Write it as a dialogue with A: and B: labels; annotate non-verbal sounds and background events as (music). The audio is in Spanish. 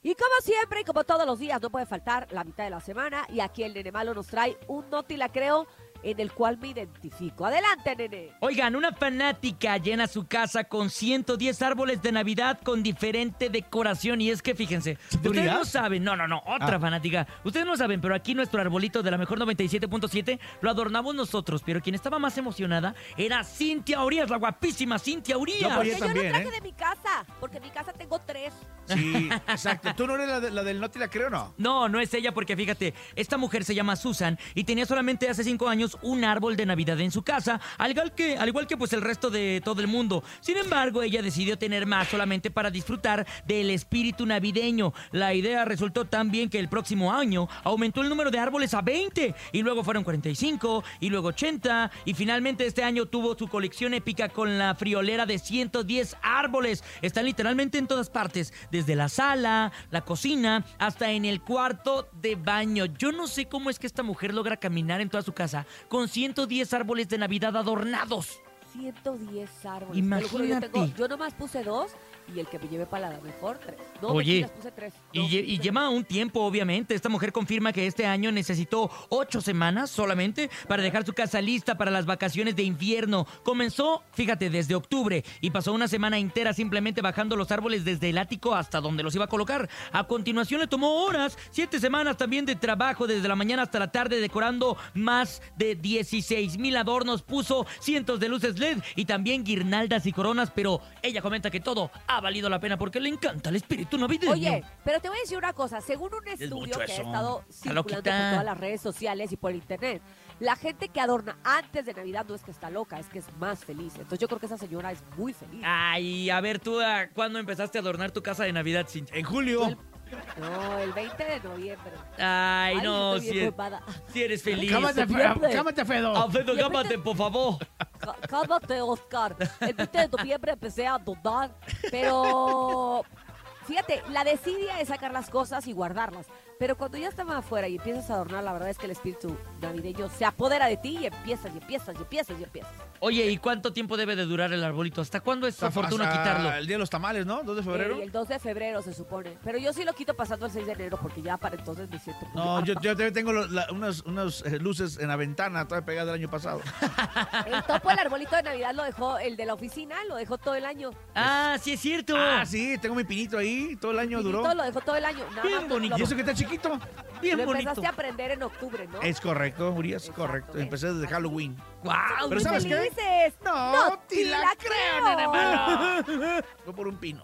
A: Y como siempre, y como todos los días, no puede faltar la mitad de la semana. Y aquí el Nene Malo nos trae un notilacreo en el cual me identifico. Adelante, Nene.
B: Oigan, una fanática llena su casa con 110 árboles de Navidad con diferente decoración. Y es que fíjense, ustedes
C: ¿Seguridad?
B: no saben, no, no, no, otra
C: Ah.
B: fanática. Ustedes no saben, pero aquí nuestro arbolito de la mejor 97.7 lo adornamos nosotros. Pero quien estaba más emocionada era Cintia Urias, la guapísima Cintia Urias.
C: Yo
A: Porque yo no
C: también,
A: traje
C: ¿eh?
A: de mi casa, porque en mi casa tengo tres.
C: Sí, exacto. ¿Tú no eres la, de- la del no te la creo, no?
B: No, no es ella porque fíjate, esta mujer se llama Susan y tenía solamente hace cinco años un árbol de Navidad en su casa, al igual que, al igual que pues el resto de todo el mundo. Sin embargo, ella decidió tener más solamente para disfrutar del espíritu navideño. La idea resultó tan bien que el próximo año aumentó el número de árboles a 20 y luego fueron 45 y luego 80 y finalmente este año tuvo su colección épica con la friolera de 110 árboles. Están literalmente en todas partes, desde la sala, la cocina, hasta en el cuarto de baño. Yo no sé cómo es que esta mujer logra caminar en toda su casa con 110 árboles de Navidad adornados.
A: 110 árboles. Te lo juro, yo,
B: Imagínate.
A: tengo, yo nomás puse dos y el que me lleve para la mejor tres. No,
B: Oye,
A: mentiras, puse tres.
B: Y,
A: No,
B: lle- y
A: puse
B: lleva un tiempo, obviamente. Esta mujer confirma que este año necesitó ocho semanas solamente para dejar su casa lista para las vacaciones de invierno. Comenzó, fíjate, desde octubre y pasó una semana entera simplemente bajando los árboles desde el ático hasta donde los iba a colocar. A continuación le tomó horas, siete semanas también de trabajo desde la mañana hasta la tarde decorando más de 16 mil adornos. Puso cientos de luces LED y también guirnaldas y coronas, pero ella comenta que todo ha valido la pena porque le encanta el espíritu navideño.
A: Oye, pero te voy a decir una cosa. Según un estudio
B: mucho
A: que ha
B: eso.
A: estado
B: Está
A: circulando por
B: loquita.
A: todas las redes sociales y por internet, la gente que adorna antes de Navidad no es que está loca, es que es más feliz. Entonces yo creo que esa señora es muy feliz.
B: Ah. Ay, a ver, tú, ah, ¿cuándo empezaste a adornar tu casa de Navidad, Cintia?
C: En julio.
A: No, el 20 de noviembre.
B: Ay,
A: yo
B: no,
A: estoy
B: si,
A: bien
B: e-
A: huevada.
B: si eres feliz.
C: Cámate,
A: septiembre.
C: Fe- cámate, Fedo.
B: Alfredo,
A: Y aparte-
B: cámate, por favor.
A: Cá- Cálmate, Oscar. El 20 de noviembre empecé a dudar, pero fíjate, la desidia es sacar las cosas y guardarlas. Pero cuando ya estamos afuera y empiezas a adornar, la verdad es que el espíritu navideño se apodera de ti y empiezas y empiezas y empiezas y empiezas.
B: Oye, ¿y cuánto tiempo debe de durar el arbolito? ¿Hasta cuándo es oportuno
C: Hasta
B: quitarlo?
C: El día de los tamales, ¿no? 2 de febrero.
A: Eh, el 2 de febrero se supone. Pero yo sí lo quito pasando el 6 de enero porque ya para entonces me siento. muy
C: No, yo,
A: harta.
C: yo todavía tengo lo- la- unas, unas eh, luces en la ventana todavía pegadas del año pasado.
A: (laughs) El topo del arbolito de Navidad lo dejó, el de la oficina lo dejó todo el año.
B: Ah, sí es cierto.
C: Ah, sí, tengo mi pinito ahí, todo el año duró.
A: Todo lo dejó todo el año. Nada
B: Bien
A: más lo-
B: bonito.
C: Y eso que está chiquito.
A: Lo,
B: Bien
A: lo
B: bonito.
A: empezaste a aprender en octubre, ¿no?
C: Es correcto, Urias,
A: Exacto,
C: correcto.
A: bien.
C: Empecé desde Halloween.
B: Guau,
C: Pero
A: ¡Muy
C: ¿sabes qué?
A: felices!
C: No,
A: ¡No
C: te
A: te
C: la
A: la
C: creo,
A: creo!
C: nene malo. Fue por un pino.